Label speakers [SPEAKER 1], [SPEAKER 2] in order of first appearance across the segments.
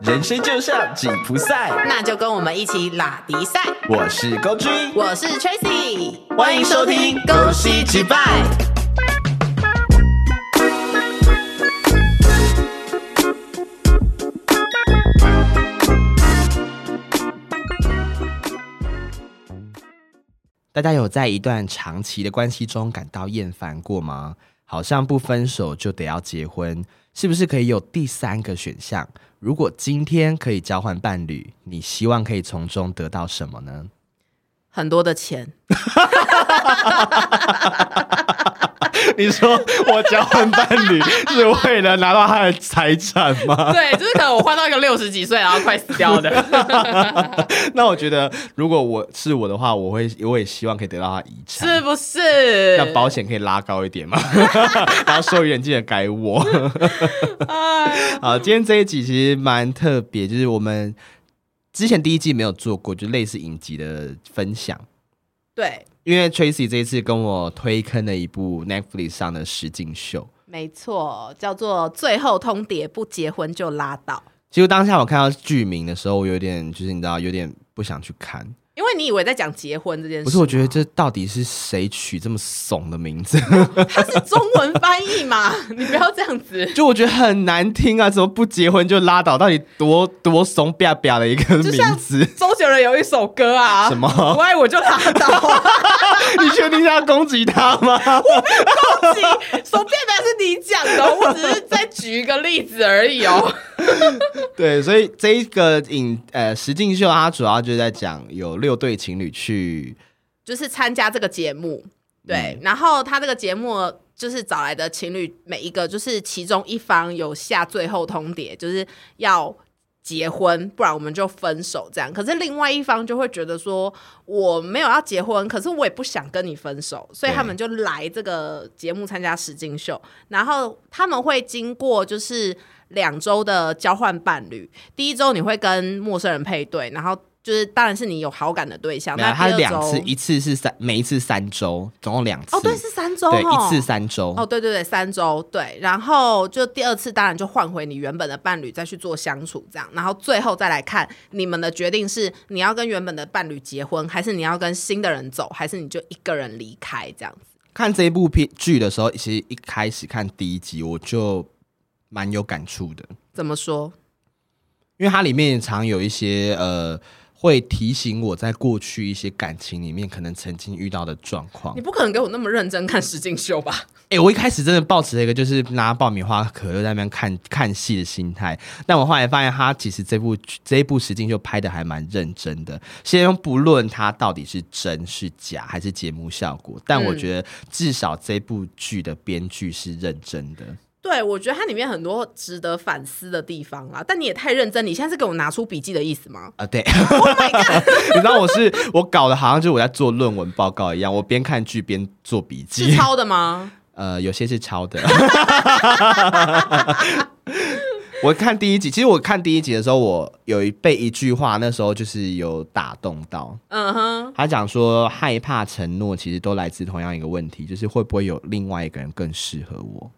[SPEAKER 1] 人生就像紧箍赛。
[SPEAKER 2] 那就跟我们一起拉迪赛。
[SPEAKER 1] 我是高君，
[SPEAKER 2] 我是 Tracy，
[SPEAKER 1] 欢迎收听《
[SPEAKER 2] 恭
[SPEAKER 1] 恭
[SPEAKER 2] 喜
[SPEAKER 1] 喜击
[SPEAKER 2] 击
[SPEAKER 1] 败
[SPEAKER 2] 败》。》。
[SPEAKER 1] 大家有在一段长期的关系中感到厌烦过吗？好像不分手就得要结婚，是不是可以有第三个选项？如果今天可以交换伴侣，你希望可以从中得到什么呢？
[SPEAKER 2] 很多的钱，
[SPEAKER 1] 你说我交换伴 侣是为了拿到他的财产吗？
[SPEAKER 2] 对，就是可能我换到一个六十几岁然后快死掉 的，
[SPEAKER 1] 那我觉得，如果我是我的话，我会我也希望可以得到他遗产。
[SPEAKER 2] 是不是？
[SPEAKER 1] 那保险可以拉高一点 吗？然后受益人记得改我。
[SPEAKER 2] 哎
[SPEAKER 1] 好，今天这一集其实蛮特别，就是我们之前第一季没有做过，就类似影集的分享。
[SPEAKER 2] 对，
[SPEAKER 1] 因为 Tracy 这一次跟我推坑了一部 Netflix 上的实境秀，
[SPEAKER 2] 没错，叫做最后通牒，不结婚就拉倒。
[SPEAKER 1] 其实当下我看到剧名的时候，我有点就是你知道，有点不想去看。
[SPEAKER 2] 因为你以为在讲结婚这件事，
[SPEAKER 1] 不是，我觉得这到底是谁取这么怂的名字？
[SPEAKER 2] 它是中文翻译嘛， 你不要这样子。
[SPEAKER 1] 就我觉得很难听啊！怎么不结婚就拉倒？到底多多怂吧吧的一个
[SPEAKER 2] 就
[SPEAKER 1] 名
[SPEAKER 2] 像
[SPEAKER 1] 字？
[SPEAKER 2] 周杰伦有一首歌啊，
[SPEAKER 1] 什么
[SPEAKER 2] 不爱我就拉 倒。
[SPEAKER 1] 你确定是要攻击他吗？
[SPEAKER 2] 自己手变的是你讲的哦，我只是再举一个例子而已哦。
[SPEAKER 1] 对，所以这一个影呃实境秀，它主要就是在讲有六对情侣去
[SPEAKER 2] 就是参加这个节目，对，
[SPEAKER 1] 嗯
[SPEAKER 2] 然后他这个节目就是找来的情侣，每一个就是其中一方有下最后通牒，就是要。结婚，不然我们就分手这样。可是另外一方就会觉得说，我没有要结婚，可是我也不想跟你分手，所以
[SPEAKER 1] 对
[SPEAKER 2] 他们就来这个节目参加实境秀。然后他们会经过就是两周的交换伴侣，第一周你会跟陌生人配对，然后就是当然是你有好感的对象。
[SPEAKER 1] 没有，
[SPEAKER 2] 那
[SPEAKER 1] 它
[SPEAKER 2] 第二
[SPEAKER 1] 两
[SPEAKER 2] 周
[SPEAKER 1] 次，一次是三，每一次三周，总共两次。
[SPEAKER 2] 哦，对，是三周、哦，
[SPEAKER 1] 对一次三周。
[SPEAKER 2] 哦，对对对，三周，对，然后就第二次当然就换回你原本的伴侣再去做相处这样，然后最后再来看你们的决定是你要跟原本的伴侣结婚，还是你要跟新的人走，还是你就一个人离开这样子。
[SPEAKER 1] 看这一部片剧的时候，其实一开始看第一集我就蛮有感触的，
[SPEAKER 2] 怎么说？
[SPEAKER 1] 因为它里面常有一些呃，会提醒我在过去一些感情里面可能曾经遇到的状况
[SPEAKER 2] 你。不可能给我那么认真看实境秀吧？
[SPEAKER 1] 哎、我一开始真的抱持了一个就是拿爆米花可乐在那边看看戏的心态，但我后来发现他其实这部这一部实境秀拍的还蛮认真的。先不论它到底是真是假，还是节目效果，但我
[SPEAKER 2] 嗯
[SPEAKER 1] 觉得至少这部剧的编剧是认真的。
[SPEAKER 2] 对，我觉得它里面很多值得反思的地方啦。但你也太认真，你现在是给我拿出笔记的意思 吗？
[SPEAKER 1] 啊， 对
[SPEAKER 2] Oh
[SPEAKER 1] 你知道我是我搞的好像就是我在做论文报告一样，我边看剧边做笔
[SPEAKER 2] 是
[SPEAKER 1] 记。
[SPEAKER 2] 抄的吗？
[SPEAKER 1] 呃，有些是抄的。 我看第一集，其实我看第一集的时候，我有一被一句话，那时候就是有打动到。
[SPEAKER 2] 嗯哼，
[SPEAKER 1] 他讲说，害怕承诺其实都来自同样一个问题，就是会不会有另外一个人更适合我？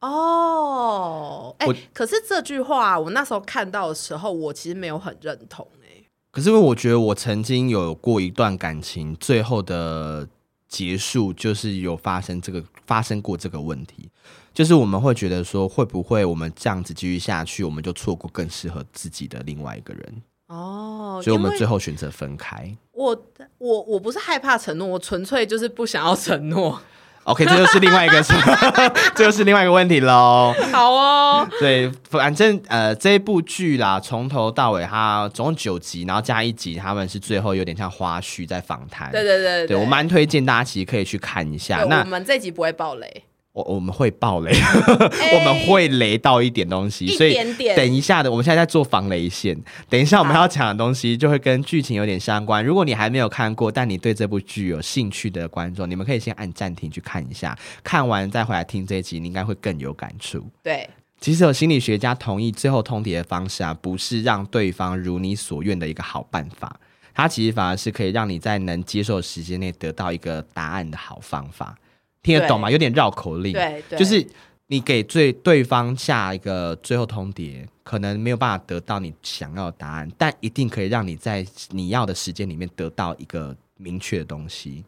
[SPEAKER 2] 哦，哎、
[SPEAKER 1] 我
[SPEAKER 2] 可是这句话我那时候看到的时候，我其实没有很认同、哎，
[SPEAKER 1] 可是因为我觉得我曾经有过一段感情，最后的结束就是有发生这个发生过这个问题，就是我们会觉得说，会不会我们这样子继续下去，我们就错过更适合自己的另外一个人，
[SPEAKER 2] 哦，
[SPEAKER 1] 所以我
[SPEAKER 2] 因
[SPEAKER 1] 们
[SPEAKER 2] 为
[SPEAKER 1] 最后选择分开。
[SPEAKER 2] 我我我不是害怕承诺，我纯粹就是不想要承诺。
[SPEAKER 1] OK，这就是另外一个， 这就是另外一个问题喽。
[SPEAKER 2] 好哦，
[SPEAKER 1] 对，反正呃这一部剧啦，从头到尾它总共九集，然后加一集，他们是最后有点像花絮在访谈。
[SPEAKER 2] 对对对
[SPEAKER 1] 对我蛮推荐大家其实可以去看一下。
[SPEAKER 2] 对
[SPEAKER 1] 那
[SPEAKER 2] 我们这集不会爆雷，
[SPEAKER 1] 我我们会爆雷，
[SPEAKER 2] 哎
[SPEAKER 1] 我们会雷到一点东西，
[SPEAKER 2] 一
[SPEAKER 1] 所以
[SPEAKER 2] 点点
[SPEAKER 1] 等一下的，我们现在在做防雷线，等一下我们要讲的东西就会跟剧情有点相关。如果你还没有看过，但你对这部剧有兴趣的观众，你们可以先按暂停去看一下，看完再回来听这一集，你应该会更有感触。
[SPEAKER 2] 对，
[SPEAKER 1] 其实有心理学家同意，最后通牒的方式啊，不是让对方如你所愿的一个好办法，它其实反而是可以让你在能接受的时间内得到一个答案的好方法。听得懂吗？有点绕口令。
[SPEAKER 2] 对对
[SPEAKER 1] 就是你给最对方下一个最后通牒，可能没有办法得到你想要的答案，但一定可以让你在你要的时间里面得到一个明确的 东西。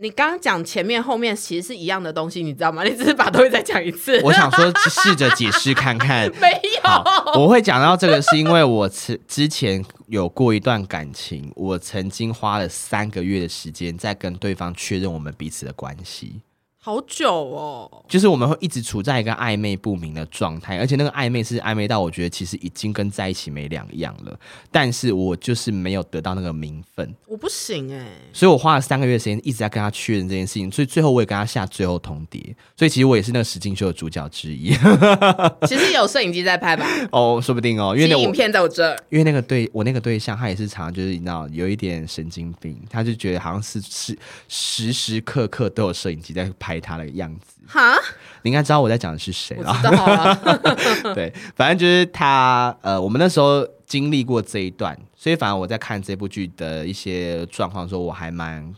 [SPEAKER 2] 你刚刚讲前面后面其实是一样的东西，你知道吗？ 你只是把东西再讲一次。
[SPEAKER 1] 我想说，试着解释看看。
[SPEAKER 2] 没
[SPEAKER 1] 好
[SPEAKER 2] 有，，
[SPEAKER 1] 我会讲到这个，是因为我之之前有过一段感情，我曾经花了三个月的时间在跟对方确认我们彼此的关系，
[SPEAKER 2] 好久哦。
[SPEAKER 1] 就是我们会一直处在一个暧昧不明的状态，而且那个暧昧是暧昧到我觉得其实已经跟在一起没两样了，但是我就是没有得到那个名分，
[SPEAKER 2] 我不行哎、
[SPEAKER 1] 所以我花了三个月的时间一直在跟他确认这件事情，所以最后我也跟他下最后通牒，所以其实我也是那个实境秀的主角之一
[SPEAKER 2] 其实有摄影机在拍吧，
[SPEAKER 1] 哦，说不定 哦，
[SPEAKER 2] 其
[SPEAKER 1] 因为
[SPEAKER 2] 实
[SPEAKER 1] 那我
[SPEAKER 2] 影片在我这儿。
[SPEAKER 1] 因为那个对我那个对象，他也是常常就是你知道有一点神经病，他就觉得好像是是时时刻刻都有摄影机在拍他的样子。
[SPEAKER 2] 哈，
[SPEAKER 1] 你应该知道我在讲的是谁
[SPEAKER 2] 我
[SPEAKER 1] 啦，
[SPEAKER 2] 知道啊了。
[SPEAKER 1] 对，反正就是他呃，我们那时候经历过这一段，所以反正我在看这部剧的一些状况的时候，我还蛮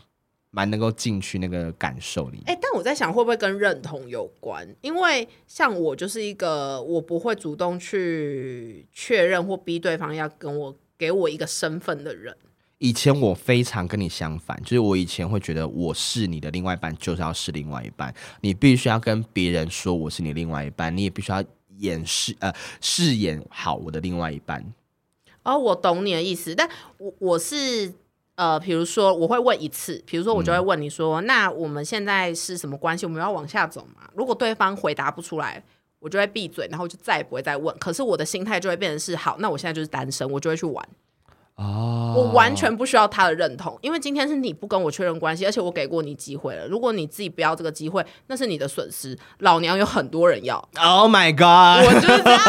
[SPEAKER 1] 蛮能够进去那个感受里面。
[SPEAKER 2] 哎、但我在想会不会跟认同有关？因为像我就是一个我不会主动去确认或逼对方要跟我给我一个身份的人。
[SPEAKER 1] 以前我非常跟你相反，就是我以前会觉得我是你的另外一半，就是要是另外一半，你必须要跟别人说我是你另外一半，你也必须要演饰呃饰演好我的另外一半。
[SPEAKER 2] 哦，我懂你的意思，但我我是呃，比如说我会问一次，比如说我就会问你说，那我们现在是什么关系？我们要往下走吗？如果对方回答不出来，我就会闭嘴，然后就再也不会再问。可是我的心态就会变成是，好，那我现在就是单身，我就会去玩，
[SPEAKER 1] 哦
[SPEAKER 2] 我完全不需要他的认同，因为今天是你不跟我确认关系，而且我给过你机会了。如果你自己不要这个机会，那是你的损失。老娘有很多人要，
[SPEAKER 1] ，Oh my
[SPEAKER 2] 我就
[SPEAKER 1] God！
[SPEAKER 2] 是这样。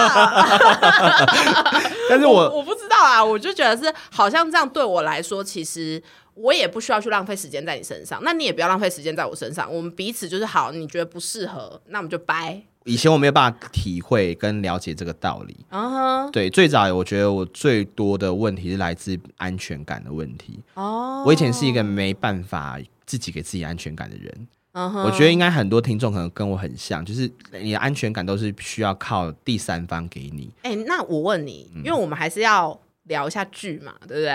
[SPEAKER 1] 但是
[SPEAKER 2] 我
[SPEAKER 1] 我
[SPEAKER 2] 我不知道啊，我就觉得是好像这样对我来说，其实我也不需要去浪费时间在你身上，那你也不要浪费时间在我身上，我们彼此就是好，你觉得不适合，那我们就掰。
[SPEAKER 1] 以前我没有办法体会跟了解这个道理。
[SPEAKER 2] 嗯 哼，
[SPEAKER 1] 对，最早我觉得我最多的问题是来自安全感的问题。
[SPEAKER 2] 哦，
[SPEAKER 1] 我以前是一个没办法自己给自己安全感的人。
[SPEAKER 2] 嗯哼，
[SPEAKER 1] 我觉得应该很多听众可能跟我很像，就是你的安全感都是需要靠第三方给你。
[SPEAKER 2] 哎、那我问你，
[SPEAKER 1] 嗯
[SPEAKER 2] 因为我们还是要聊一下剧嘛，对不对？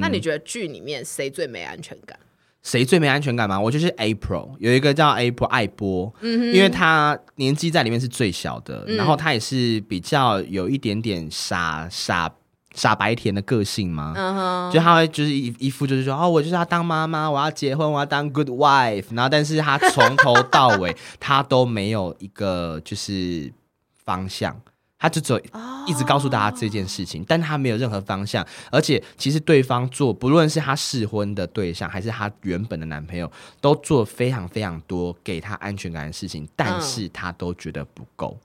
[SPEAKER 2] 那你觉得剧里面谁最没安全感？
[SPEAKER 1] 谁最没安全感吗？我就是 April，有一个叫 April 艾波，
[SPEAKER 2] 嗯
[SPEAKER 1] 因为她年纪在里面是最小的，然后她也是比较有一点点傻傻傻白甜的个性嘛，
[SPEAKER 2] 嗯哼，
[SPEAKER 1] 就她会就是一一副就是说哦，我就是要当妈妈，我要结婚，我要当 good wife，然后但是她从头到尾她都没有一个就是方向，她就走一直告诉大家这件事情，但他没有任何方向，而且其实对方做，不论是他试婚的对象，还是他原本的男朋友，都做非常非常多给他安全感的事情，但是他都觉得不够。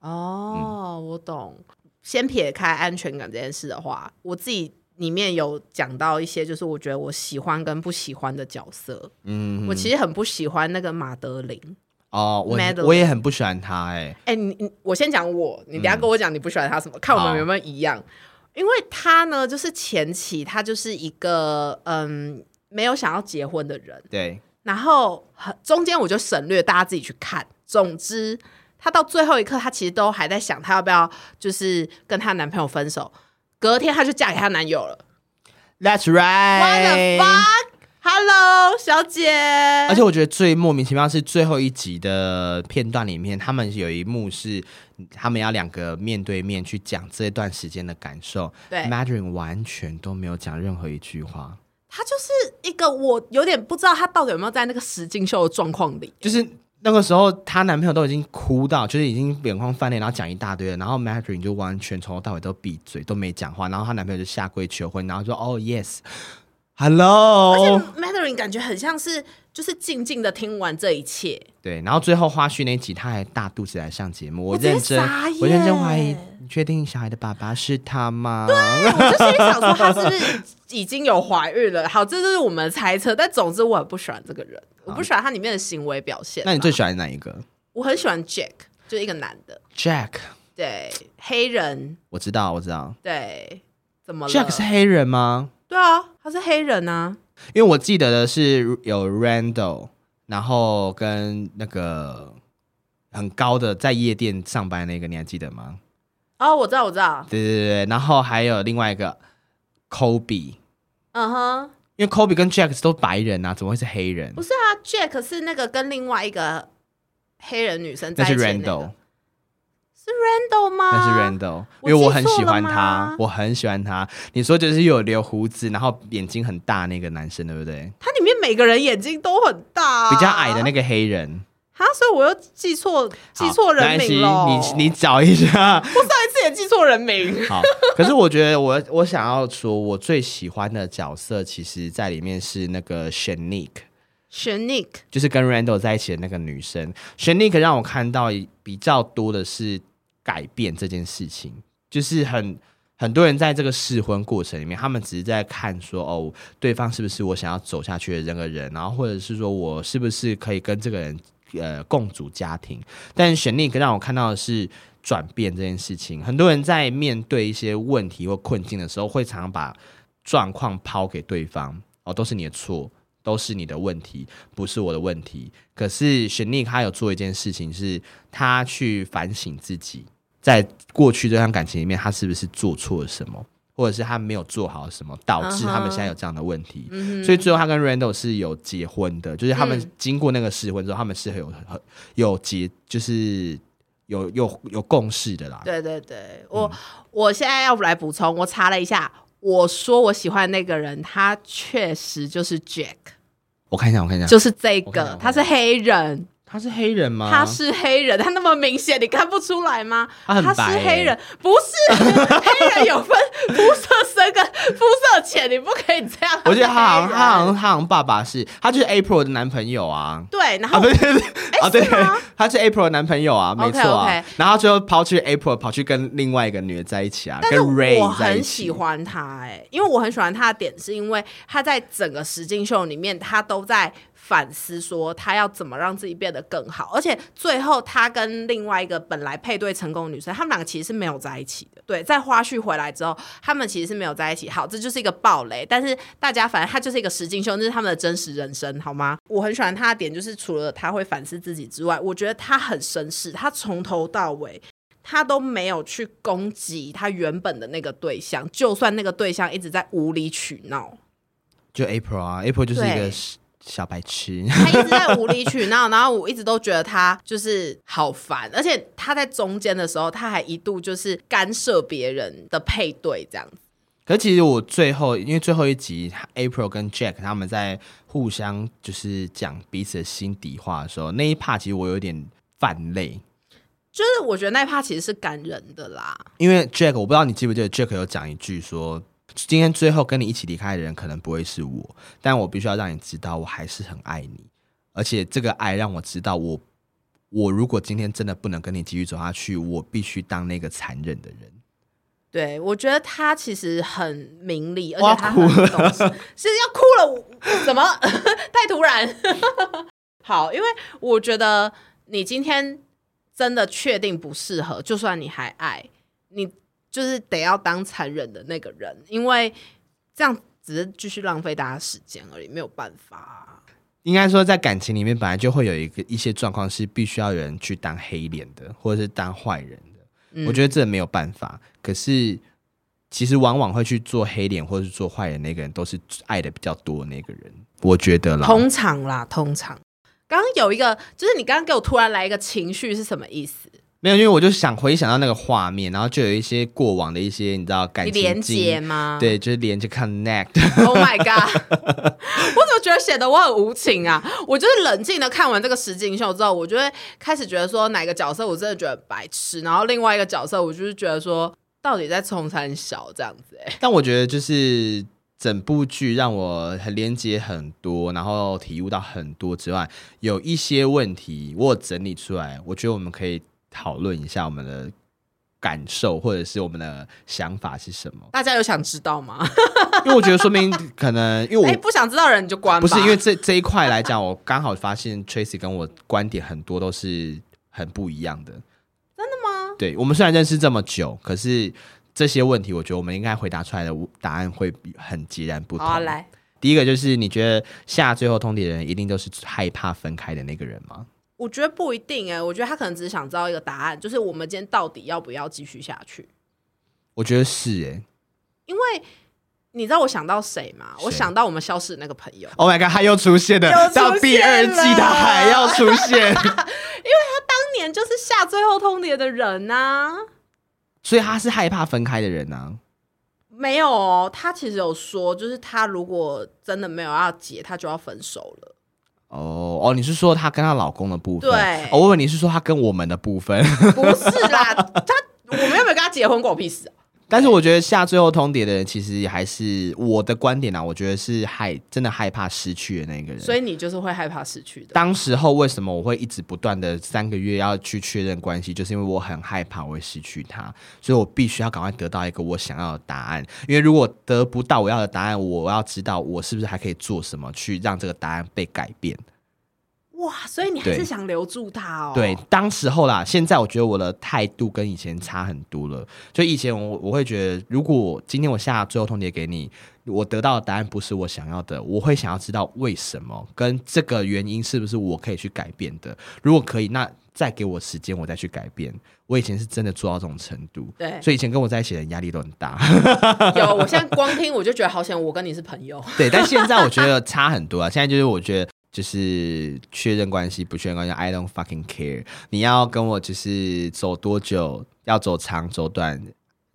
[SPEAKER 1] 嗯
[SPEAKER 2] 哦，我懂。先撇开安全感这件事的话，我自己里面有讲到一些，就是我觉得我喜欢跟不喜欢的角色。
[SPEAKER 1] 嗯，
[SPEAKER 2] 我其实很不喜欢那个马德琳。
[SPEAKER 1] 哦，我
[SPEAKER 2] Madeline
[SPEAKER 1] 我也很不喜欢他、哎，
[SPEAKER 2] 哎、你你我先讲我，你等一下跟我讲你不喜欢他什么，看我
[SPEAKER 1] 嗯好
[SPEAKER 2] 们有没有一样。因为他呢，就是前期他就是一个嗯没有想要结婚的人，
[SPEAKER 1] 对，
[SPEAKER 2] 然后很中间我就省略，大家自己去看。总之，她到最后一刻，她其实都还在想，她要不要就是跟她男朋友分手。隔天，她就嫁给她男友了。
[SPEAKER 1] That's
[SPEAKER 2] What the
[SPEAKER 1] right。
[SPEAKER 2] fuck？Hello，小姐。
[SPEAKER 1] 哎而且我觉得最莫名其妙是最后一集的片段里面，他们有一幕是他们要两个面对面去讲这段时间的感受。
[SPEAKER 2] 对
[SPEAKER 1] m a d r i n 完全都没有讲任何一句话，
[SPEAKER 2] 她就是一个我有点不知道她到底有没有在那个实境秀的状况里。
[SPEAKER 1] 就是那个时候她男朋友都已经哭到，就是已经眼眶泛泪，然后讲一大堆了，然后 m a d r i n 就完全从头到尾都闭嘴，都没讲话，然后她男朋友就下跪求婚，然后说哦 yes，hello，
[SPEAKER 2] Madeline 感觉很像是就是静静的听完这一切，
[SPEAKER 1] 对，然后最后花絮那一集她还大肚子来上节目，我
[SPEAKER 2] 直接
[SPEAKER 1] 认真
[SPEAKER 2] 傻，
[SPEAKER 1] 我认真怀疑
[SPEAKER 2] 眼，
[SPEAKER 1] 你确定小孩的爸爸是他吗？
[SPEAKER 2] 我就心里想说她是不是已经有怀孕了？好，这就是我们的猜测。但总之我很不喜欢这个人，我不喜欢他里面的行为表现。啊
[SPEAKER 1] 那你最喜欢哪一个
[SPEAKER 2] 我很喜欢 Jack，就是一个男的，
[SPEAKER 1] ？Jack，
[SPEAKER 2] 对，黑人，
[SPEAKER 1] 我知道，我知道
[SPEAKER 2] 对，怎么了
[SPEAKER 1] ，Jack 是黑人吗？
[SPEAKER 2] 对啊，他是黑人啊。
[SPEAKER 1] 因为我记得的是有 Randall，然后跟那个很高的，在夜店上班那个，你还记得吗？
[SPEAKER 2] 哦，我知道，我知道，
[SPEAKER 1] 对对对对，然后还有另外一个 Kobe，
[SPEAKER 2] 嗯哼，
[SPEAKER 1] 因为 Kobe 跟 Jack 都白人啊，怎么会是黑人
[SPEAKER 2] 不？是啊，Jack 是那个跟另外一个黑人女生在
[SPEAKER 1] 那
[SPEAKER 2] 一起
[SPEAKER 1] 是
[SPEAKER 2] 的那
[SPEAKER 1] Randall，
[SPEAKER 2] 个是 Randall 吗？
[SPEAKER 1] 那是 Randall，
[SPEAKER 2] 啊我
[SPEAKER 1] 因为我
[SPEAKER 2] 记
[SPEAKER 1] 很
[SPEAKER 2] 错
[SPEAKER 1] 喜
[SPEAKER 2] 了
[SPEAKER 1] 欢他
[SPEAKER 2] 吗，
[SPEAKER 1] 我很喜欢他。你说就是有留胡子，然后眼睛很大那个男生，对不对？
[SPEAKER 2] 它里面每个人眼睛都很大啊、
[SPEAKER 1] 比较矮的那个黑人，
[SPEAKER 2] 哈，所以我又记错记
[SPEAKER 1] 好
[SPEAKER 2] 错
[SPEAKER 1] 没
[SPEAKER 2] 人
[SPEAKER 1] 关系
[SPEAKER 2] 名了。
[SPEAKER 1] 你你找一下。
[SPEAKER 2] 我上一次也记错人名。
[SPEAKER 1] 好，可是我觉得我我想要说，我最喜欢的角色，其实在里面是那个 Shanique。
[SPEAKER 2] 选 Nick，
[SPEAKER 1] 就是跟 Randall 在一起的那个女生 s h a n i k 让我看到比较多的是改变这件事情，就是很很多人在这个试婚过程里面，他们只是在看说哦，对方是不是我想要走下去的那个人，然后或者是说我是不是可以跟这个人呃共组家庭，但 s h a n i k 让我看到的是。转变这件事情，很多人在面对一些问题或困境的时候，会常常把状况抛给对方，哦，都是你的错，都是你的问题，不是我的问题。可是 s h a n i 她有做一件事情是，她去反省自己，在过去这段感情里面，她是不是做错了什么，或者是她没有做好什么，导致他们现在有这样的问题。所以最后她跟 Randall 是有结婚的，就是他们
[SPEAKER 2] 嗯
[SPEAKER 1] 经过那个试婚之后，他们是很有很有结，就是有有有共识的啦。
[SPEAKER 2] 对对对，我、
[SPEAKER 1] 嗯
[SPEAKER 2] 我现在要来补充，我查了一下，我说我喜欢那个人，他确实就是 Jack，
[SPEAKER 1] 我看一下，我看一下，
[SPEAKER 2] 就是这
[SPEAKER 1] 我看到
[SPEAKER 2] 个，他是黑人，
[SPEAKER 1] 他是黑人吗？
[SPEAKER 2] 他是黑人，他那么明显，你看不出来吗？
[SPEAKER 1] 他很白
[SPEAKER 2] 是
[SPEAKER 1] 欸
[SPEAKER 2] 黑人，不是 黑人有分肤色深跟肤色浅，你不可以这样。
[SPEAKER 1] 我记得他好像
[SPEAKER 2] 黑人
[SPEAKER 1] 他好像他好像爸爸是，他就是 April 的男朋友啊。
[SPEAKER 2] 对，然后
[SPEAKER 1] 啊，不是，不是啊，对
[SPEAKER 2] 是吗，
[SPEAKER 1] 他是 April 的男朋友啊，没
[SPEAKER 2] OK，
[SPEAKER 1] 错啊
[SPEAKER 2] OK。
[SPEAKER 1] 然后最后抛去 April，跑去跟另外一个女的在一起啊，
[SPEAKER 2] 但
[SPEAKER 1] 跟
[SPEAKER 2] 是
[SPEAKER 1] Ray
[SPEAKER 2] 我
[SPEAKER 1] 在一
[SPEAKER 2] 很
[SPEAKER 1] 起
[SPEAKER 2] 喜。欢他哎、因为我很喜欢他的点是因为他在整个实境秀里面，他都在反思说他要怎么让自己变得更好，而且最后他跟另外一个本来配对成功的女生，他们两个其实是没有在一起的。对，在花絮回来之后，他们其实是没有在一起。好，这就是一个暴雷，但是大家反正他就是一个实境秀，那是他们的真实人生，好吗？我很喜欢他的点就是除了他会反思自己之外，我觉得他很绅士，他从头到尾他都没有去攻击他原本的那个对象，就算那个对象一直在无理取闹，
[SPEAKER 1] 就 April 啊，April 就是一个
[SPEAKER 2] 对
[SPEAKER 1] 小白痴。
[SPEAKER 2] 他一直在无理取闹，然后我一直都觉得他就是好烦，而且他在中间的时候，他还一度就是干涉别人的配对这样子。
[SPEAKER 1] 可是其实我最后，因为最后一集 April 跟 Jack 他们在互相就是讲彼此的心底话的时候，那一 part 其实我有点泛泪，
[SPEAKER 2] 就是我觉得那一趴其实是感人的啦，
[SPEAKER 1] 因为 Jack 我不知道你记不记得 Jack 有讲一句说。今天最后跟你一起离开的人可能不会是我，但我必须要让你知道，我还是很爱你。而且这个爱让我知道我，我如果今天真的不能跟你继续走下去，我必须当那个残忍的人。
[SPEAKER 2] 对我觉得他其实很明理，而
[SPEAKER 1] 我要
[SPEAKER 2] 且他很懂事，是要哭了我，怎么太突然？好，因为我觉得你今天真的确定不适合，就算你还爱你，就是得要当残忍的那个人，因为这样只是继续浪费大家时间而已，没有办法啊、
[SPEAKER 1] 应该说，在感情里面本来就会有一个一些状况是必须要有人去当黑脸的，或者是当坏人的。
[SPEAKER 2] 嗯
[SPEAKER 1] 我觉得这没有办法。可是，其实往往会去做黑脸或者是做坏人那个人，都是爱的比较多的那个人。我觉得啦，
[SPEAKER 2] 通常啦，通常。刚刚有一个，就是你刚刚给我突然来一个情绪是什么意思？
[SPEAKER 1] 没有，因为我就想回想到那个画面，然后就有一些过往的一些你知道感
[SPEAKER 2] 你
[SPEAKER 1] 情
[SPEAKER 2] 连
[SPEAKER 1] 经
[SPEAKER 2] 接吗？
[SPEAKER 1] 对，就是连接 connect。
[SPEAKER 2] Oh my god！我怎么觉得显得我很无情啊？我就是冷静的看完这个实境秀之后，我就会开始觉得说哪个角色我真的觉得白痴，然后另外一个角色我就是觉得说到底在冲三小这样子、欸。，
[SPEAKER 1] 但我觉得就是整部剧让我很连接很多，然后体悟到很多之外，有一些问题我有整理出来，我觉得我们可以讨论一下我们的感受或者是我们的想法是什么
[SPEAKER 2] 大家有想知道吗？
[SPEAKER 1] 因为我觉得说明可能因为我
[SPEAKER 2] 哎、不想知道的人你就关吧。
[SPEAKER 1] 哦不是因为这这一块来讲，我刚好发现 Tracy 跟我观点很多都是很不一样的。
[SPEAKER 2] 真的吗？
[SPEAKER 1] 对我们虽然认识这么久，可是这些问题，我觉得我们应该回答出来的答案会比很截然不
[SPEAKER 2] 好
[SPEAKER 1] 同。
[SPEAKER 2] 啊，来，
[SPEAKER 1] 第一个就是你觉得下最后通牒的人一定都是害怕分开的那个人吗？
[SPEAKER 2] 我觉得不一定哎、我觉得他可能只是想知道一个答案，就是我们今天到底要不要继续下去？
[SPEAKER 1] 我觉得是哎、
[SPEAKER 2] 因为你知道我想到谁吗？我
[SPEAKER 1] 谁
[SPEAKER 2] 想到我们消失的那个朋友，
[SPEAKER 1] Oh my god，他又出现了，
[SPEAKER 2] 又出现
[SPEAKER 1] 到第二季
[SPEAKER 2] 了
[SPEAKER 1] 他还要出现，
[SPEAKER 2] 当年就是下最后通牒的人啊呐、
[SPEAKER 1] 所以他是害怕分开的人啊。
[SPEAKER 2] 没有哦，他其实有说，就是他如果真的没有要结，他就要分手 了。
[SPEAKER 1] 哦哦，你是说她跟她老公的部分？
[SPEAKER 2] 对
[SPEAKER 1] 哦，我以为你是说她跟我们的部分。
[SPEAKER 2] 不是啦，他我们又没有跟他结婚，关我屁事啊！
[SPEAKER 1] 但是我觉得下最后通牒的人，其实还是我的观点啊，我觉得是害真的害怕失去的那个人。
[SPEAKER 2] 所以你就是会害怕失去的。
[SPEAKER 1] 当时候为什么我会一直不断的三个月要去确认关系，就是因为我很害怕我会失去他，所以我必须要赶快得到一个我想要的答案。因为如果得不到我要的答案，我要知道我是不是还可以做什么去让这个答案被改变。
[SPEAKER 2] 哇，所以你还
[SPEAKER 1] 对
[SPEAKER 2] 是想留住他哦？
[SPEAKER 1] 对，，当时候啦，现在我觉得我的态度跟以前差很多了。就以前我我会觉得，如果今天我下最后通牒给你，我得到的答案不是我想要的，我会想要知道为什么，跟这个原因是不是我可以去改变的。如果可以，那再给我时间，我再去改变。我以前是真的做到这种程度，
[SPEAKER 2] 对
[SPEAKER 1] 所以以前跟我在一起的人压力都很大。
[SPEAKER 2] 有，我现在光听我就觉得好险，我跟你是朋 友。
[SPEAKER 1] 对，但现在我觉得差很多啊。现在就是我觉得就是确认关系不确认关系，I don't fucking care。你要跟我就是走多久，要走长走短，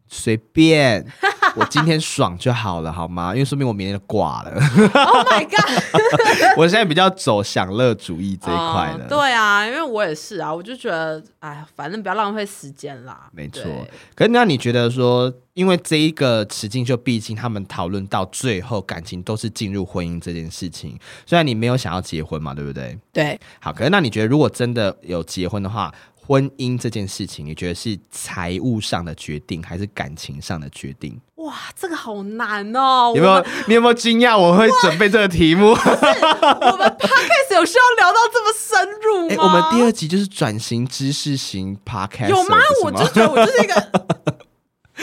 [SPEAKER 1] 随 便。我今天爽就好了，好吗？因为说明我明天就 挂了。
[SPEAKER 2] Oh my god！
[SPEAKER 1] 我现在比较走享乐主义这一块
[SPEAKER 2] 哦
[SPEAKER 1] 了。
[SPEAKER 2] 对啊，因为我也是啊，我就觉得，哎，反正不要浪费时间啦。
[SPEAKER 1] 没错
[SPEAKER 2] 对
[SPEAKER 1] 可是那你觉得说，因为这一个池境秀，毕竟他们讨论到最后，感情都是进入婚姻这件事情。虽然你没有想要结婚嘛，对不对？
[SPEAKER 2] 对，
[SPEAKER 1] 好，可是那你觉得，如果真的有结婚的话，婚姻这件事情，你觉得是财务上的决定，还是感情上的决定？
[SPEAKER 2] 哇，这个好难哦！
[SPEAKER 1] 有没有？你有没有惊讶？我会准备这个 题目。
[SPEAKER 2] 我们 podcast 有需要聊到这么深入吗？
[SPEAKER 1] 哎诶我们第二集就是转型知识型 podcast，
[SPEAKER 2] 有吗？
[SPEAKER 1] 不
[SPEAKER 2] 我
[SPEAKER 1] 是
[SPEAKER 2] 就觉得我就是一 个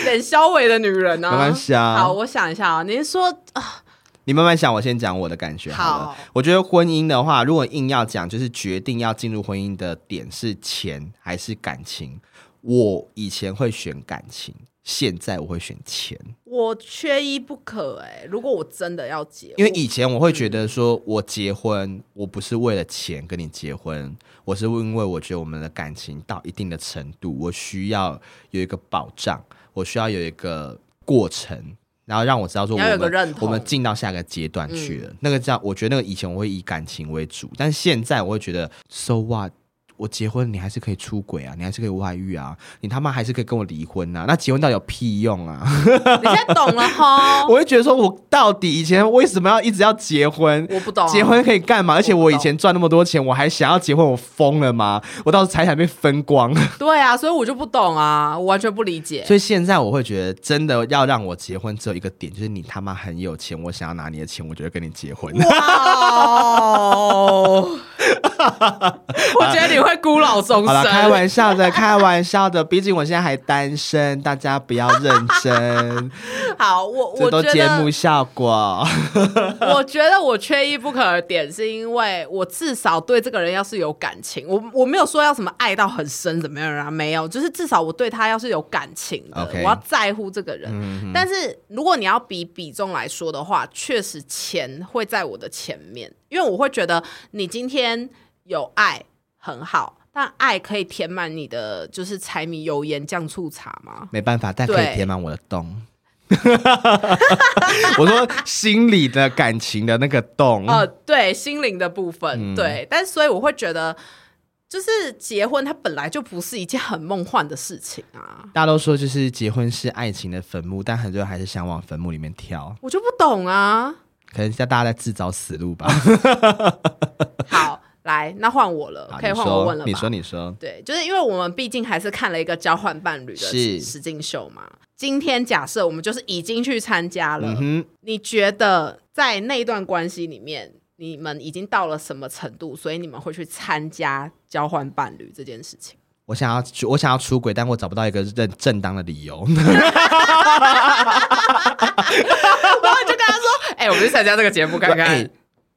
[SPEAKER 2] 脸消委的女人啊。
[SPEAKER 1] 没关系啊
[SPEAKER 2] 好，我想一下啊，您说啊，
[SPEAKER 1] 你慢慢想，我先讲我的感觉好了。
[SPEAKER 2] 好
[SPEAKER 1] 我觉得婚姻的话，如果硬要讲，就是决定要进入婚姻的点是钱还是感情？我以前会选感情，现在我会选钱。
[SPEAKER 2] 我缺一不可哎、如果我真的要结，
[SPEAKER 1] 因为以前我会觉得说，我结婚我不是为了钱跟你结婚，我是因为我觉得我们的感情到一定的程度，我需要有一个保障，我需要有一个过程，然后让我知道说
[SPEAKER 2] 你
[SPEAKER 1] 我
[SPEAKER 2] 要有个认
[SPEAKER 1] 们
[SPEAKER 2] 同嗯
[SPEAKER 1] 我们进到下个阶段去了。那个叫我觉得那个以前我会以感情为主，但现在我会觉得 so what。我结婚，你还是可以出轨啊，你还是可以外遇啊，你他妈还是可以跟我离婚啊！那结婚到底有屁用啊？，
[SPEAKER 2] 你现在懂了哈
[SPEAKER 1] 我会觉得说，我到底以前为什么要一直要结婚？
[SPEAKER 2] 我不懂
[SPEAKER 1] 结婚可以干嘛？而且我
[SPEAKER 2] 哦我不
[SPEAKER 1] 以
[SPEAKER 2] 懂
[SPEAKER 1] 前赚那么多钱，我还想要结婚，我疯了吗？我到时候财产被分 光，
[SPEAKER 2] 对啊，所以我就不懂啊，我完全不理 解。
[SPEAKER 1] 所以现在我会觉得，真的要让我结婚，只有一个点，就是你他妈很有钱，我想要拿你的钱，我就会跟你结婚。
[SPEAKER 2] 哦， 我觉得你会孤老终
[SPEAKER 1] 好了，开
[SPEAKER 2] 生。
[SPEAKER 1] 玩笑的，开玩笑的，毕竟我现在还单身，大家不要认 真，
[SPEAKER 2] 好，我
[SPEAKER 1] 这
[SPEAKER 2] 我
[SPEAKER 1] 都
[SPEAKER 2] 觉
[SPEAKER 1] 节目
[SPEAKER 2] 得，
[SPEAKER 1] 效 果。
[SPEAKER 2] 我觉得我缺一不可的点，是因为我至少对这个人要是有感情，我我没有说要什么爱到很深怎么样啊，没有，就是至少我对他要是有感情的
[SPEAKER 1] OK
[SPEAKER 2] 我要在乎这个人。但是如果你要比比重来说的话，确实钱会在我的前面，因为我会觉得你今天有爱很好，但爱可以填满你的就是柴米油盐酱醋茶吗？
[SPEAKER 1] 没办法，但可以
[SPEAKER 2] 对
[SPEAKER 1] 填满我的洞。 我说心里的感情的那个洞，
[SPEAKER 2] 呃，对，心灵的部
[SPEAKER 1] 嗯
[SPEAKER 2] 分，对，但所以我会觉得，就是结婚它本来就不是一件很梦幻的事情啊，
[SPEAKER 1] 大家都说就是结婚是爱情的坟墓，但很多人还是想往坟墓里面跳，
[SPEAKER 2] 我就不懂 啊。
[SPEAKER 1] 可能叫大家在自找死 路吧。
[SPEAKER 2] 好，来，那换我了
[SPEAKER 1] 好，
[SPEAKER 2] 可以
[SPEAKER 1] 你
[SPEAKER 2] 换我
[SPEAKER 1] 说
[SPEAKER 2] 问了吧？
[SPEAKER 1] 你说，你说，
[SPEAKER 2] 对，就是因为我们毕竟还是看了一个交换伴侣的
[SPEAKER 1] 是
[SPEAKER 2] 实境秀嘛。今天假设我们就是已经去参加了，
[SPEAKER 1] 嗯哼，
[SPEAKER 2] 你觉得在那段关系里面，你们已经到了什么程度，所以你们会去参加交换伴侣这件事情？
[SPEAKER 1] 我想要我想要出轨，但我找不到一个正正当的 理由。
[SPEAKER 2] 然后你就跟他说：“哎、我们去参加这个节目看看。
[SPEAKER 1] 哎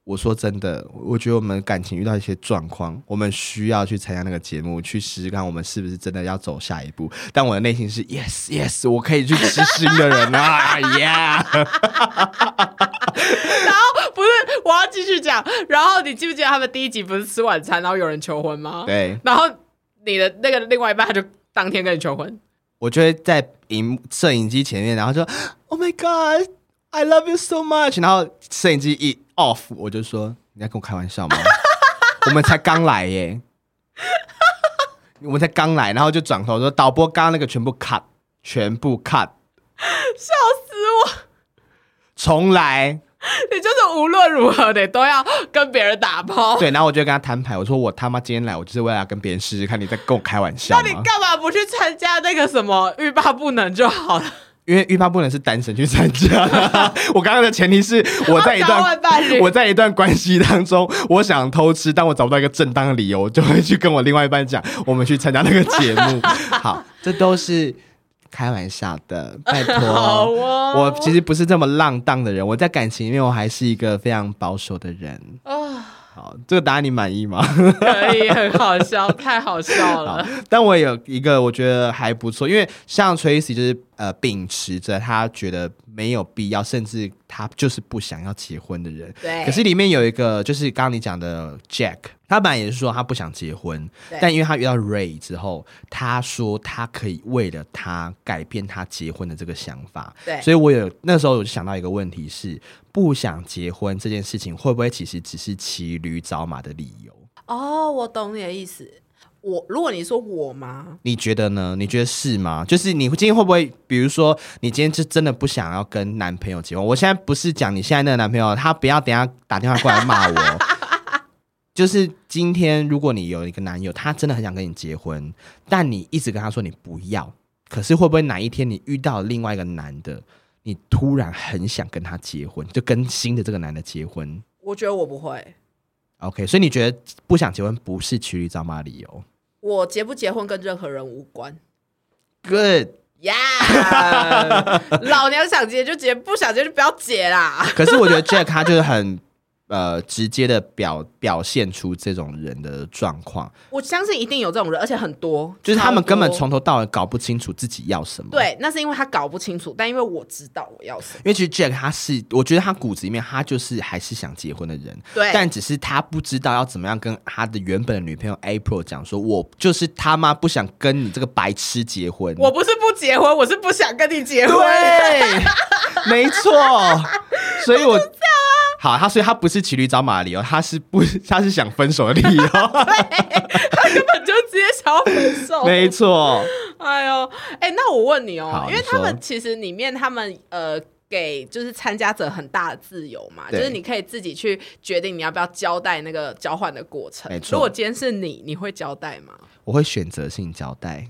[SPEAKER 1] 我说真的，我觉得我们感情遇到一些状况，我们需要去参加那个节目，去试试看我们是不是真的要走下一步。但我的内心是 yes yes，我可以去执行的人啊 ，yeah！
[SPEAKER 2] 不是，我要继续讲。然后你记不记得他们第一集不是吃晚餐，然后有人求婚吗？
[SPEAKER 1] 对，
[SPEAKER 2] 然后你的那个另外一半他就当天跟你求婚，
[SPEAKER 1] 我就会在荧摄影机前面，然后说 Oh my God, I love you so much。然后摄影机一 off，我就说你在跟我开玩笑吗？ 我们才刚来耶，我们才刚来，然后就转头说导播刚刚那个全部 cut，全部 cut，
[SPEAKER 2] 笑死
[SPEAKER 1] 重
[SPEAKER 2] 我！
[SPEAKER 1] 来。
[SPEAKER 2] 你就是无论如何得都要跟别人打包。
[SPEAKER 1] 对，然后我就跟他摊牌，我说我他妈今天来，我就是为了要跟别人试试看，你在跟我开玩笑
[SPEAKER 2] 那你
[SPEAKER 1] 吗？
[SPEAKER 2] 干嘛不去参加那个什么欲罢不能就好了？
[SPEAKER 1] 因为欲罢不能是单身去参加， 我刚刚的前提是我在 一
[SPEAKER 2] 交
[SPEAKER 1] 段
[SPEAKER 2] 换伴侣，
[SPEAKER 1] 我在一段关系当中，我想偷吃，但我找不到一个正当的理由，我就会去跟我另外一半讲，我们去参加那个节目。好，这都是开玩笑的，拜
[SPEAKER 2] 好
[SPEAKER 1] 托。
[SPEAKER 2] 哦。
[SPEAKER 1] 我其实不是这么浪荡的人，我在感情里面我还是一个非常保守的人。
[SPEAKER 2] 啊，
[SPEAKER 1] 好，这个答案你满意吗？
[SPEAKER 2] 可以，很好笑，太好笑了。
[SPEAKER 1] 但我有一个我觉得还不错，因为像 Tracy 就是呃秉持着他觉得没有必要，甚至他就是不想要结婚的人，
[SPEAKER 2] 对，
[SPEAKER 1] 可是里面有一个，就是刚刚你讲的 Jack，他本来也是说他不想结婚
[SPEAKER 2] 对，
[SPEAKER 1] 但因为他遇到 Ray 之后，他说他可以为了他改变他结婚的这个想法。
[SPEAKER 2] 对
[SPEAKER 1] 所以我有那时候我就想到一个问题是，不想结婚这件事情会不会其实只是骑驴找马的理由？
[SPEAKER 2] 哦，我懂你的意思。我如果你说我吗？
[SPEAKER 1] 你觉得呢？你觉得是吗？就是你今天会不会，比如说你今天就真的不想要跟男朋友结婚？我现在不是讲你现在那个男朋友，他不要等一下打电话过来骂我。 就是今天，如果你有一个男友，他真的很想跟你结婚，但你一直跟他说你不要，可是会不会哪一天你遇到另外一个男的，你突然很想跟他结婚，就跟新的这个男的结婚
[SPEAKER 2] 我觉得我不会。
[SPEAKER 1] ？OK，所以你觉得不想结婚不是骑驴找马的理由
[SPEAKER 2] 我结不结婚跟任何人无关。
[SPEAKER 1] ？Good。
[SPEAKER 2] 呀、老娘想结就结，不想结就不要结啦。
[SPEAKER 1] 可是我觉得 Jack 他就是很呃直接的表表现出这种人的状况，
[SPEAKER 2] 我相信一定有这种人，而且很多，
[SPEAKER 1] 就是他们
[SPEAKER 2] 超多
[SPEAKER 1] 根本从头到尾搞不清楚自己要什么。，
[SPEAKER 2] 对，那是因为他搞不清楚，但因为我知道我要什么。
[SPEAKER 1] 因为其实 Jack 他是，我觉得他骨子里面他就是还是想结婚的人，
[SPEAKER 2] 对，
[SPEAKER 1] 但只是他不知道要怎么样跟他的原本的女朋友 April 讲说，我就是他妈不想跟你这个白痴结婚。
[SPEAKER 2] 我不是不结婚，我是不想跟你结婚。
[SPEAKER 1] 对，没错，所以我。
[SPEAKER 2] 啊
[SPEAKER 1] 好，他所以他不是骑驴找马的理由，他是不他是想分手的 理由，
[SPEAKER 2] 根本就直接想要分手。
[SPEAKER 1] 没错。
[SPEAKER 2] 哎呦，哎、那我问你哦、
[SPEAKER 1] 好
[SPEAKER 2] 因为
[SPEAKER 1] 你
[SPEAKER 2] 他们
[SPEAKER 1] 说
[SPEAKER 2] 其实里面他们呃。给就是参加者很大的自由嘛，就
[SPEAKER 1] 对
[SPEAKER 2] 是你可以自己去决定你要不要交代那个交换的过程
[SPEAKER 1] 没。错
[SPEAKER 2] 如果今天是你，你会交代吗？
[SPEAKER 1] 我会选择性交代，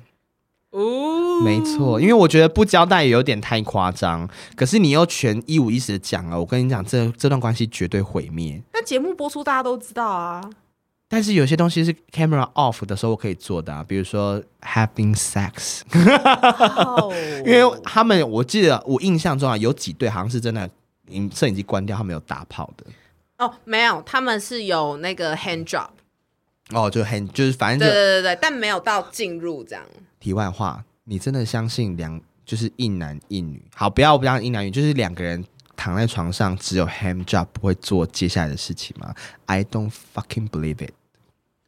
[SPEAKER 2] 哦，
[SPEAKER 1] 没错，因为我觉得不交代也有点太夸张。可是你又全一五一十的讲了，我跟你讲，这这段关系绝对毁灭。
[SPEAKER 2] 那节目播出大家都知道啊，
[SPEAKER 1] 但是有些东西是 camera off 的时候我可以做的、啊，比如说 having sex，
[SPEAKER 2] 哦
[SPEAKER 1] 因为他们我记得我印象中啊，有几对好像是真的，嗯，摄影机关掉，他们有打炮的。
[SPEAKER 2] 哦没有，他们是有那个 hand drop，
[SPEAKER 1] 哦，就很就是反
[SPEAKER 2] 对对
[SPEAKER 1] 正就
[SPEAKER 2] 对对，但没有到进入这样。
[SPEAKER 1] 题外话，你真的相信两就是一男一女？好，不要不要一男一女，就是两个人躺在床上，只有 ham job 不会做接下来的事情吗？I don't fucking believe it。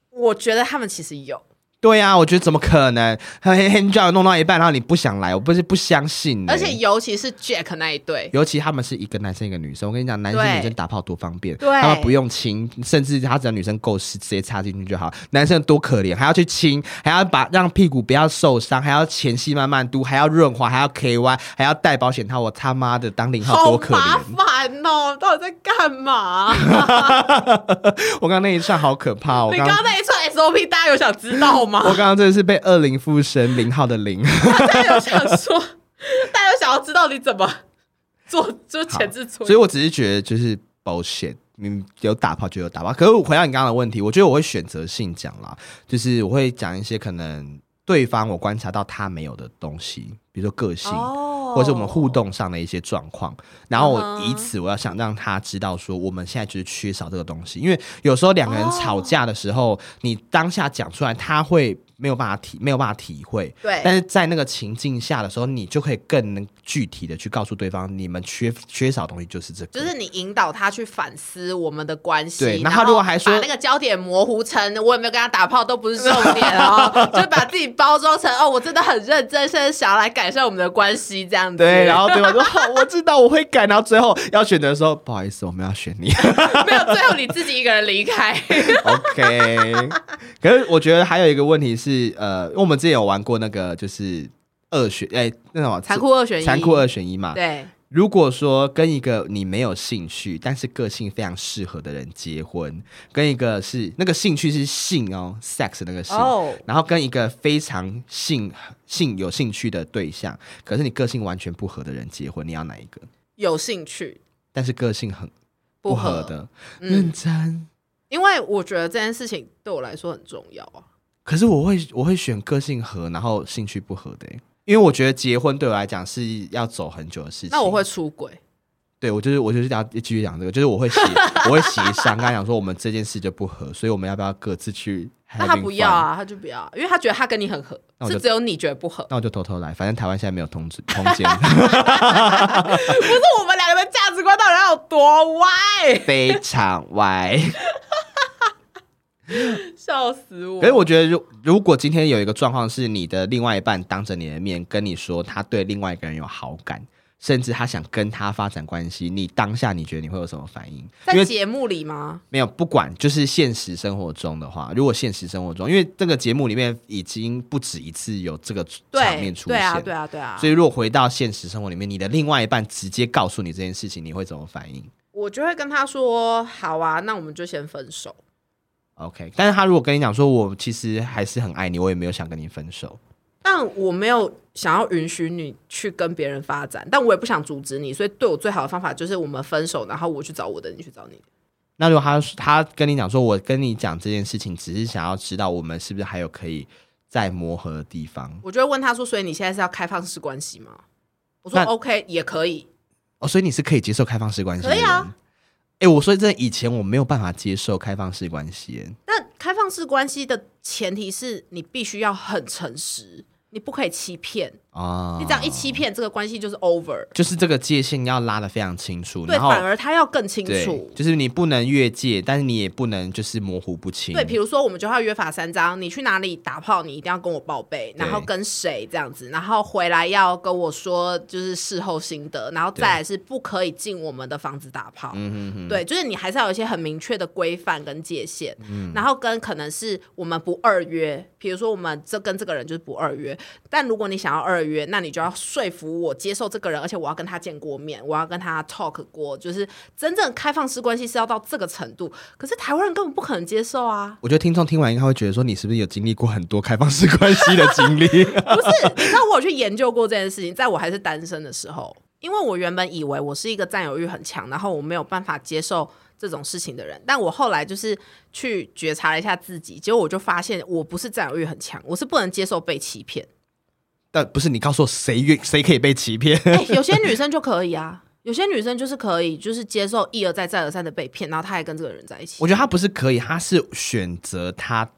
[SPEAKER 2] 我觉得他们其实有，
[SPEAKER 1] 对呀、啊，我觉得怎么可能？ham ham job 弄到一半，然后你不想来，我不是不相信、欸。
[SPEAKER 2] 而且尤其是 Jack 那一对，
[SPEAKER 1] 尤其他们是一个男生一个女生，我跟你讲，男生
[SPEAKER 2] 对
[SPEAKER 1] 女生打炮多方便，
[SPEAKER 2] 对
[SPEAKER 1] 他们不用亲，甚至他只要女生够湿，直接插进去就好。男生多可怜，还要去亲，还要把让屁股不要受伤，还要前戏慢慢嘟，还要润滑，还要 K Y，还要戴保险套，我他妈的当零号
[SPEAKER 2] 好
[SPEAKER 1] 多可
[SPEAKER 2] 麻
[SPEAKER 1] 怜！
[SPEAKER 2] 烦哦，到底在干嘛？
[SPEAKER 1] 我刚刚那一串好可怕，我
[SPEAKER 2] 你
[SPEAKER 1] 哦刚
[SPEAKER 2] 刚。刚那一串 SOP，大家有想知道
[SPEAKER 1] 我
[SPEAKER 2] 吗？
[SPEAKER 1] 刚刚真的是被恶灵附身，零号的零。
[SPEAKER 2] 大家有想说，大家有想要知道你怎么做，就前置处
[SPEAKER 1] 所以我只是觉得就是 bullshit，你有打炮就有打炮。可是我回到你刚刚的问题，我觉得我会选择性讲啦，就是我会讲一些可能对方我观察到他没有的东西，比如说个性。
[SPEAKER 2] 哦
[SPEAKER 1] 或是我们互动上的一些状况，然后我
[SPEAKER 2] 嗯哼
[SPEAKER 1] 以此我要想让他知道说我们现在就是缺少这个东西，因为有时候两个人
[SPEAKER 2] 哦
[SPEAKER 1] 吵架的时候，你当下讲出来，他会没有办法体没有办法体会，
[SPEAKER 2] 对
[SPEAKER 1] 但是在那个情境下的时候，你就可以更能具体的去告诉对方，你们缺缺少的东西就是这
[SPEAKER 2] 就
[SPEAKER 1] 个，
[SPEAKER 2] 是你引导他去反思我们的关系，
[SPEAKER 1] 对那
[SPEAKER 2] 然
[SPEAKER 1] 他如果还说
[SPEAKER 2] 把那个焦点模糊成我有没有跟他打炮都不是重点 哦，就把自己包装成哦，我真的很认真，甚至想要来改善我们的关系这样子。
[SPEAKER 1] 对，然后对方说好，我知道我会改，然后最后要选择的时候，不好意思，我们要选你
[SPEAKER 2] 没有最后你自己一个人离开。
[SPEAKER 1] ，OK。可是我觉得还有一个问题是，呃，因为我们之前有玩过那个就是二选，哎、那种
[SPEAKER 2] 残酷二选一，
[SPEAKER 1] 残酷二选一嘛，
[SPEAKER 2] 对，
[SPEAKER 1] 如果说跟一个你没有兴趣，但是个性非常适合的人结婚，跟一个是那个兴趣是性哦，sex 的那个性
[SPEAKER 2] 哦
[SPEAKER 1] 然后跟一个非常性性有兴趣的对象，可是你个性完全不合的人结婚，你要哪一个？
[SPEAKER 2] 有兴趣
[SPEAKER 1] 但是个性很
[SPEAKER 2] 不
[SPEAKER 1] 不合
[SPEAKER 2] 合，
[SPEAKER 1] 的，认
[SPEAKER 2] 嗯，
[SPEAKER 1] 真。
[SPEAKER 2] 因为我觉得这件事情对我来说很重要啊。
[SPEAKER 1] 可是我会我会选个性合，然后兴趣不合的欸，因为我觉得结婚对我来讲是要走很久的事情。
[SPEAKER 2] 那我会出轨，
[SPEAKER 1] 对我就是我就是要继续讲这个，就是我会协 我会协商，跟他讲说我们这件事就不合，所以我们要不要各自去？
[SPEAKER 2] 那他不要，啊，他就不要啊，因为他觉得他跟你很合
[SPEAKER 1] 那，我就是
[SPEAKER 2] 只有你觉得不合。
[SPEAKER 1] 那我就偷偷来，反正台湾现在没有通知通奸，
[SPEAKER 2] 不是我们两个人价值观到底有多歪？
[SPEAKER 1] 非常 歪。
[SPEAKER 2] 笑死我！
[SPEAKER 1] 可是我觉得如，如果今天有一个状况是你的另外一半当着你的面跟你说他对另外一个人有好感，甚至他想跟他发展关系，你当下你觉得你会有什么反应？因
[SPEAKER 2] 在
[SPEAKER 1] 为
[SPEAKER 2] 节目里吗？
[SPEAKER 1] 没有，不管就是现实生活中的话，如果现实生活中，因为这个节目里面已经不止一次有这个场
[SPEAKER 2] 对
[SPEAKER 1] 面，出
[SPEAKER 2] 对
[SPEAKER 1] 现，
[SPEAKER 2] 啊，对啊，对啊。
[SPEAKER 1] 所以如果回到现实生活里面，你的另外一半直接告诉你这件事情，你会怎么反应
[SPEAKER 2] 我就会跟他说：“好啊，那我们就先分手。
[SPEAKER 1] ？OK，但是他如果跟你讲说，我其实还是很爱你，我也没有想跟你分手，”
[SPEAKER 2] 但我没有想要允许你去跟别人发展，但我也不想阻止你，所以对我最好的方法就是我们分手，然后我去找我的，你去找你的。
[SPEAKER 1] 那如果他他跟你讲说，我跟你讲这件事情，只是想要知道我们是不是还有可以再磨合的地方
[SPEAKER 2] 我就会问他说：“所以你现在是要开放式关系吗？”我说
[SPEAKER 1] 那
[SPEAKER 2] ：“OK，也可以。
[SPEAKER 1] 哦，所以你是可以接受开放式关系的
[SPEAKER 2] 可以啊
[SPEAKER 1] 人。哎、我说真的，以前我没有办法接受开放式关系耶，”
[SPEAKER 2] 但开放式关系的前提是你必须要很诚实，你不可以欺骗。
[SPEAKER 1] 哦，
[SPEAKER 2] 你只要一欺骗，这个关系就是 over。
[SPEAKER 1] 就是这个界限要拉的非常清楚，
[SPEAKER 2] 对，
[SPEAKER 1] 然后
[SPEAKER 2] 反而他要更清
[SPEAKER 1] 对
[SPEAKER 2] 楚，。
[SPEAKER 1] 就是你不能越界，但是你也不能就是模糊不清。
[SPEAKER 2] 对，比如说我们就要约法三章，你去哪里打炮，你一定要跟我报备，然后跟谁这样子，然后回来要跟我说就是事后心得，然后再来是不可以进我们的房子打炮。对，就是你还是要有一些很明确的规范跟界限，然后跟可能是我们不二约，比如说我们这跟这个人就是不二约，但如果你想要二约，那你就要说服我接受这个人，而且我要跟他见过面，我要跟他 talk 过，就是真正开放式关系是要到这个程度。可是台湾人根本不可能接受啊！
[SPEAKER 1] 我觉得听众听完应该会觉得说，你是不是有经历过很多开放式关系的经历？
[SPEAKER 2] 不是，你知道我有去研究过这件事情，在我还是单身的时候，因为我原本以为我是一个占有欲很强，然后我没有办法接受这种事情的人，但我后来就是去觉察了一下自己，结果我就发现我不是占有欲很强，我是不能接受被欺 骗。
[SPEAKER 1] 但不是你告诉我谁愿谁可以被欺骗？
[SPEAKER 2] 哎、有些女生就可以啊，有些女生就是可以，就是接受一而再再而三的被骗，然后她还跟这个人在一起
[SPEAKER 1] 我，觉得他不是可以，他是选择他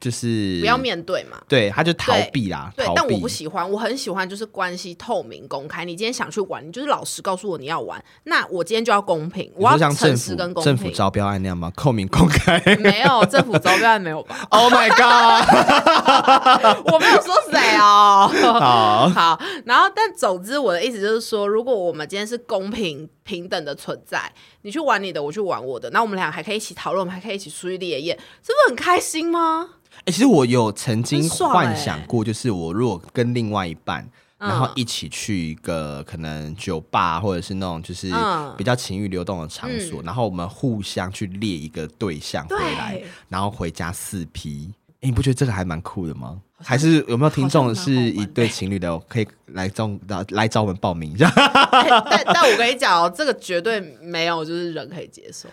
[SPEAKER 1] 就是
[SPEAKER 2] 不要，面对嘛。
[SPEAKER 1] 对，他就逃避啦，
[SPEAKER 2] 对
[SPEAKER 1] 逃，避。
[SPEAKER 2] 但我不喜欢，我很喜欢就是关系透明公开。你今天想去玩，你就是老实告诉我你要玩，那我今天就要公平，
[SPEAKER 1] 你
[SPEAKER 2] 我要
[SPEAKER 1] 说像
[SPEAKER 2] 诚
[SPEAKER 1] 政
[SPEAKER 2] 实跟
[SPEAKER 1] 府
[SPEAKER 2] 公
[SPEAKER 1] 政
[SPEAKER 2] 平。
[SPEAKER 1] 府招标案那样吗？透明公开
[SPEAKER 2] 没有政府招标案没有 吧？
[SPEAKER 1] ？Oh my god！
[SPEAKER 2] 我没有说谁哦。
[SPEAKER 1] 好，
[SPEAKER 2] 好，然后但总之我的意思就是说，如果我们今天是公平平等的存在，你去玩你的，我去玩我的，那我们俩还可以一起讨论，我们还可以一起出去猎艳，这不是很开心 吗？
[SPEAKER 1] 哎、其实我有曾经
[SPEAKER 2] 很爽欸
[SPEAKER 1] 幻想过，就是我如果跟另外一半。
[SPEAKER 2] 嗯
[SPEAKER 1] 然后一起去一个可能酒吧，或者是那种就是
[SPEAKER 2] 嗯
[SPEAKER 1] 比较情欲流动的场所，然后我们互相去列一个对象回来
[SPEAKER 2] 对，
[SPEAKER 1] 然后回家四批。欸诶你不觉得这个还蛮酷的吗？还是有没有听众
[SPEAKER 2] 好像蛮
[SPEAKER 1] 是
[SPEAKER 2] 好玩的
[SPEAKER 1] 一对情侣的，可以来找来来找我们报名一下？
[SPEAKER 2] 哎但但我跟你讲哦，这个绝对没有就是人可以接受。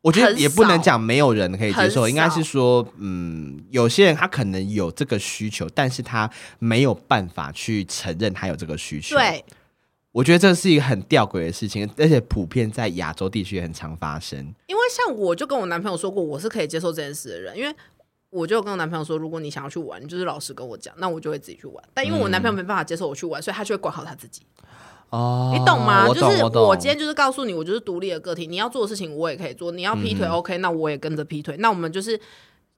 [SPEAKER 1] 我觉得
[SPEAKER 2] 很
[SPEAKER 1] 也不能
[SPEAKER 2] 少
[SPEAKER 1] 讲没有人可以接
[SPEAKER 2] 很
[SPEAKER 1] 受，
[SPEAKER 2] 少
[SPEAKER 1] 应该是说，嗯，有些人他可能有这个需求，但是他没有办法去承认他有这个需求。
[SPEAKER 2] 对，
[SPEAKER 1] 我觉得这是一个很吊诡的事情，而且普遍在亚洲地区也很常发生。
[SPEAKER 2] 因为像我就跟我男朋友说过，我是可以接受这件事的人，因为我就有跟我男朋友说，如果你想要去玩，你就是老实跟我讲，那我就会自己去玩。但因为我男朋
[SPEAKER 1] 嗯
[SPEAKER 2] 友没办法接受我去玩，所以他就会管好他自己，
[SPEAKER 1] 哦，
[SPEAKER 2] 你懂吗？
[SPEAKER 1] 我
[SPEAKER 2] 就
[SPEAKER 1] 懂，
[SPEAKER 2] 是
[SPEAKER 1] 懂
[SPEAKER 2] 今天就是告诉你，我就是独立的个体，你要做的事情我也可以做，你要劈腿
[SPEAKER 1] 嗯
[SPEAKER 2] OK，、那我也跟着劈腿，那我们就是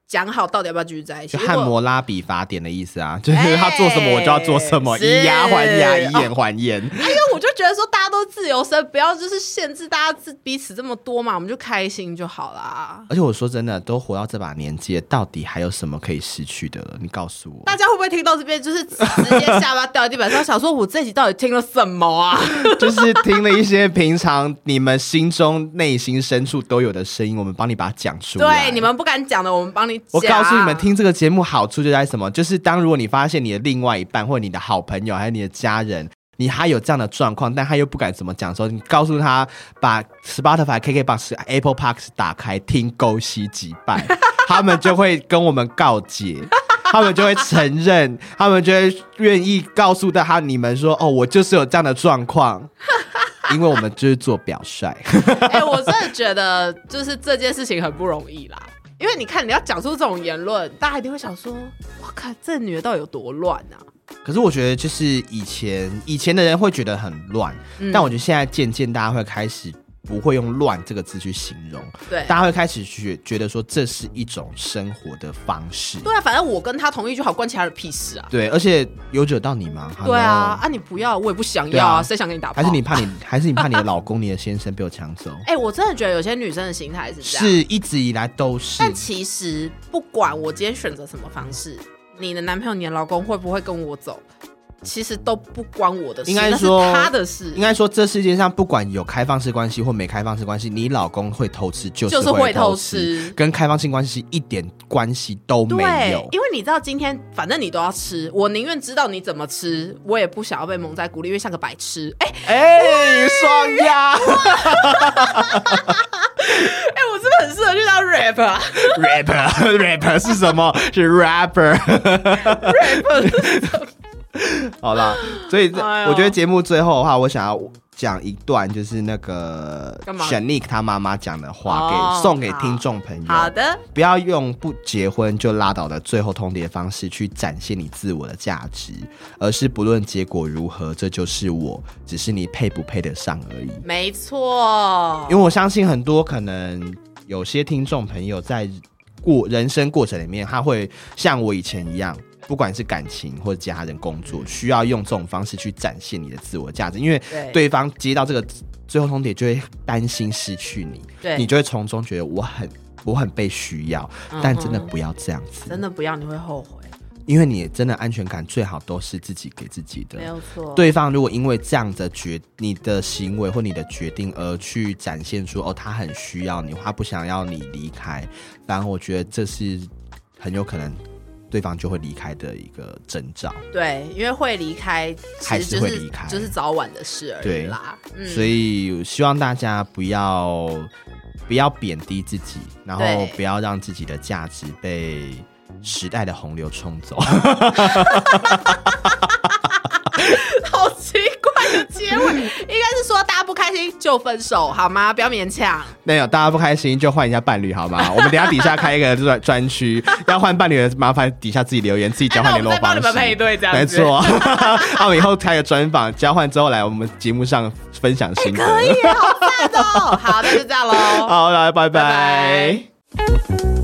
[SPEAKER 2] 讲好到底要不要继续在一起。
[SPEAKER 1] 就
[SPEAKER 2] 如
[SPEAKER 1] 汉
[SPEAKER 2] 果
[SPEAKER 1] 摩拉比法典的意思啊，就是
[SPEAKER 2] 哎
[SPEAKER 1] 他做什么我就要做什么，
[SPEAKER 2] 是
[SPEAKER 1] 以牙还牙，以
[SPEAKER 2] 哦
[SPEAKER 1] 眼还眼。
[SPEAKER 2] 因为我就觉得说，大家都自由身，不要就是限制大家自彼此这么多嘛，我们就开心就好啦。
[SPEAKER 1] 而且我说真的，都活到这把年纪了，到底还有什么可以失去的了？你告诉我。
[SPEAKER 2] 大家会不会听到这边就是 直接下巴掉在地板上，想说我这集到底听了什么啊？
[SPEAKER 1] 就是听了一些平常你们心中内心深处都有的声音，我们帮你把它讲出来。
[SPEAKER 2] 对，你。们不敢讲的，我们帮你讲。
[SPEAKER 1] 我告诉你们，听这个节目好处就在什么？就是当如果你发现你的另外一半，或你的好朋友，还有你的家人，你还有这样的状况，但他又不敢怎么讲的时候，你告诉他把 Spotify、KKBox、Apple p a r k s 打开听《勾西击败》，他们就会跟我们告解。 他们就会承认，他们就会愿意告诉到他你们说，哦，我就是有这样的状况， 因为我们就是做表率。
[SPEAKER 2] 哎、我真的觉得就是这件事情很不容易啦。因为你看，你要讲出这种言论，大家一定会想说：“我靠，这女的到底有多乱啊
[SPEAKER 1] 可是我觉得，就是以前以前的人会觉得很乱，
[SPEAKER 2] 嗯
[SPEAKER 1] 但我觉得现在渐渐大家会开始不会用“乱”这个字去形容，！”
[SPEAKER 2] 对，
[SPEAKER 1] 大家会开始觉觉得说这是一种生活的方式。
[SPEAKER 2] 对啊，反正我跟他同意就好，关其他人屁事啊！
[SPEAKER 1] 对，而且有惹到你吗？
[SPEAKER 2] 对啊，
[SPEAKER 1] Hello，
[SPEAKER 2] 啊你不要，我也不想
[SPEAKER 1] 对
[SPEAKER 2] 要
[SPEAKER 1] 啊
[SPEAKER 2] 啊，谁、想跟你打炮？
[SPEAKER 1] 还是你怕你，还是你怕你的老公、你的先生被我抢走？
[SPEAKER 2] 哎、我真的觉得有些女生的心 态是这样。
[SPEAKER 1] 是一直以来都是。
[SPEAKER 2] 但其实不管我今天选择什么方式，你的男朋友、你的老公会不会跟我走，其实都不关我的事，
[SPEAKER 1] 应该
[SPEAKER 2] 那是
[SPEAKER 1] 说
[SPEAKER 2] 他的事，
[SPEAKER 1] 应该说，这世界上不管有开放式关系或没开放式关系，你老公会偷吃就
[SPEAKER 2] 就是是会
[SPEAKER 1] 偷
[SPEAKER 2] 偷吃
[SPEAKER 1] 跟开放性关系一点关系都没有
[SPEAKER 2] 对，。因为你知道今天反正你都要吃，我宁愿知道你怎么吃，我也不想要被蒙在鼓里，因为像个白痴。哎、
[SPEAKER 1] 哎、双鸭
[SPEAKER 2] 哎、我是不是很适合去当 rap 啊
[SPEAKER 1] rapper rapper 是什么？是 rapper rapper。好啦，所以这
[SPEAKER 2] 哎呦
[SPEAKER 1] 我觉得节目最后的话，我想要讲一段，就是那个
[SPEAKER 2] 干嘛
[SPEAKER 1] s h a n i k 他妈妈讲的话，给、
[SPEAKER 2] 哦
[SPEAKER 1] 送给
[SPEAKER 2] 好
[SPEAKER 1] 听众朋友。
[SPEAKER 2] 好的，
[SPEAKER 1] 不要用不结婚就拉倒的最后通牒方式去展现你自我的价值，而是不论结果如何，这就是我，只是你配不配得上而已。
[SPEAKER 2] 没错
[SPEAKER 1] 因为。我相信很多可能有些听众朋友在过人生过程里面，他会像我以前一样。不管是感情或家人、工作，需要用这种方式去展现你的自我价值，因为
[SPEAKER 2] 对
[SPEAKER 1] 对方接到这个最后通牒，就会担心失去你，
[SPEAKER 2] 对
[SPEAKER 1] 你就会从中觉得我很我很被需要，但真的不要这样子，
[SPEAKER 2] 嗯真的不要，你会后悔，
[SPEAKER 1] 因为你真的安全感最好都是自己给自己的
[SPEAKER 2] 没。有错。
[SPEAKER 1] 对方如果因为这样的决你的行为或你的决定而去展现出哦，他很需要你，他不想要你离开，然后我觉得这是很有可能对方就会离开的一个征兆。
[SPEAKER 2] 对，因为会离开，其
[SPEAKER 1] 还
[SPEAKER 2] 实
[SPEAKER 1] 是
[SPEAKER 2] 就
[SPEAKER 1] 会
[SPEAKER 2] 是
[SPEAKER 1] 离开
[SPEAKER 2] 就是早晚的事而已
[SPEAKER 1] 对
[SPEAKER 2] 啦。嗯，
[SPEAKER 1] 所以希望大家不要不要贬低自己，然后
[SPEAKER 2] 对
[SPEAKER 1] 不要让自己的价值被时代的洪流冲走。
[SPEAKER 2] 好奇怪的结 尾，应该是说大家不开心就分手好吗？不要勉强。
[SPEAKER 1] 没有，大家不开心就换一下伴侣好吗？我们等一下底下开一个专专区， 要换伴侣的麻烦底下自己留言，自己交换
[SPEAKER 2] 哎
[SPEAKER 1] 联
[SPEAKER 2] 那我们
[SPEAKER 1] 络
[SPEAKER 2] 再帮
[SPEAKER 1] 方式。
[SPEAKER 2] 你们配对这样子
[SPEAKER 1] 没错。 那我们以后开个专访，交换之后来我们节目上分享心得。
[SPEAKER 2] 哎可以，好赞哦！好，那就这样喽。
[SPEAKER 1] 好，来，拜
[SPEAKER 2] 拜拜